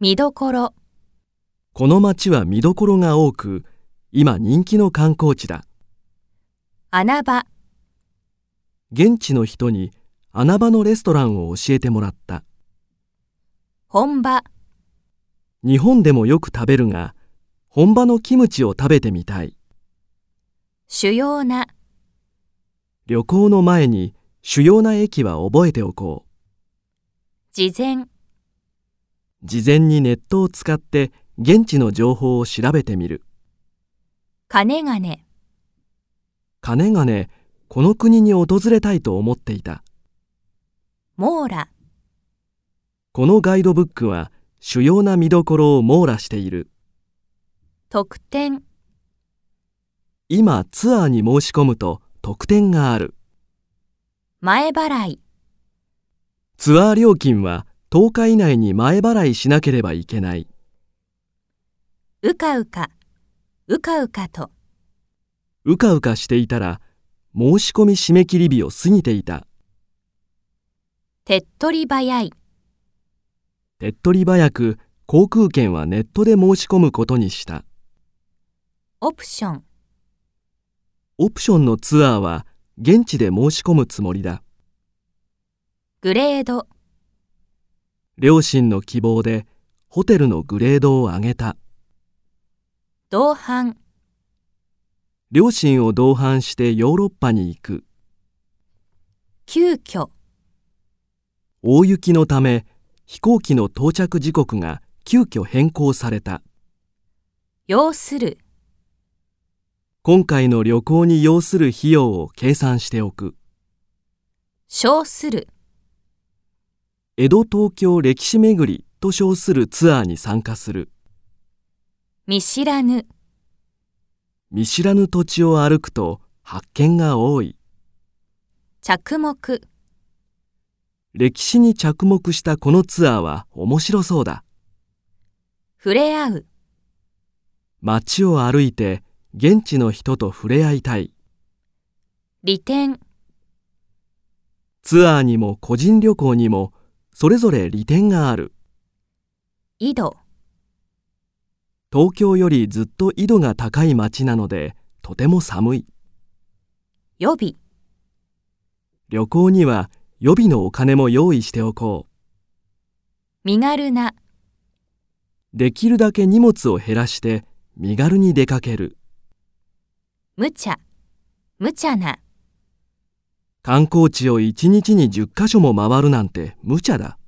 見どころ、この町は見どころが多く、今人気の観光地だ。穴場、現地の人に穴場のレストランを教えてもらった。本場、日本でもよく食べるが、本場のキムチを食べてみたい。主要な、旅行の前に主要な駅は覚えておこ事前、う。事前にネットを使って現地の情報を調べてみる。金金、金がね、この国に訪れたいと思っていた。網羅、このガイドブックは主要な見どころを網羅している。特典、今ツアーに申し込むと特典がある。前払い、ツアー料金は10日以内に前払いしなければいけない。うかうか、うかうかと、うかうかしていたら申し込み締め切り日を過ぎていた。手っ取り早い、手っ取り早く航空券はネットで申し込むことにした。オプション、オプションのツアーは現地で申し込むつもりだ。グレード、両親の希望でホテルのグレードを上げた。同伴、両親を同伴してヨーロッパに行く。急遽、大雪のため飛行機の到着時刻が急遽変更された要する、今回の旅行に要する費用を計算しておく称する、江戸東京歴史巡りと称するツアーに参加する見知らぬ、見知らぬ土地を歩くと発見が多い着目、歴史に着目したこのツアーは面白そうだ触れ合う、街を歩いて現地の人と触れ合いたい利点、ツアーにも個人旅行にもそれぞれ利点がある井戸、東京よりずっと緯度が高い町なのでとても寒い予備、旅行には予備のお金も用意しておこう身軽な、できるだけ荷物を減らして身軽に出かける無茶、無茶な。観光地を1日に10カ所も回るなんて無茶だ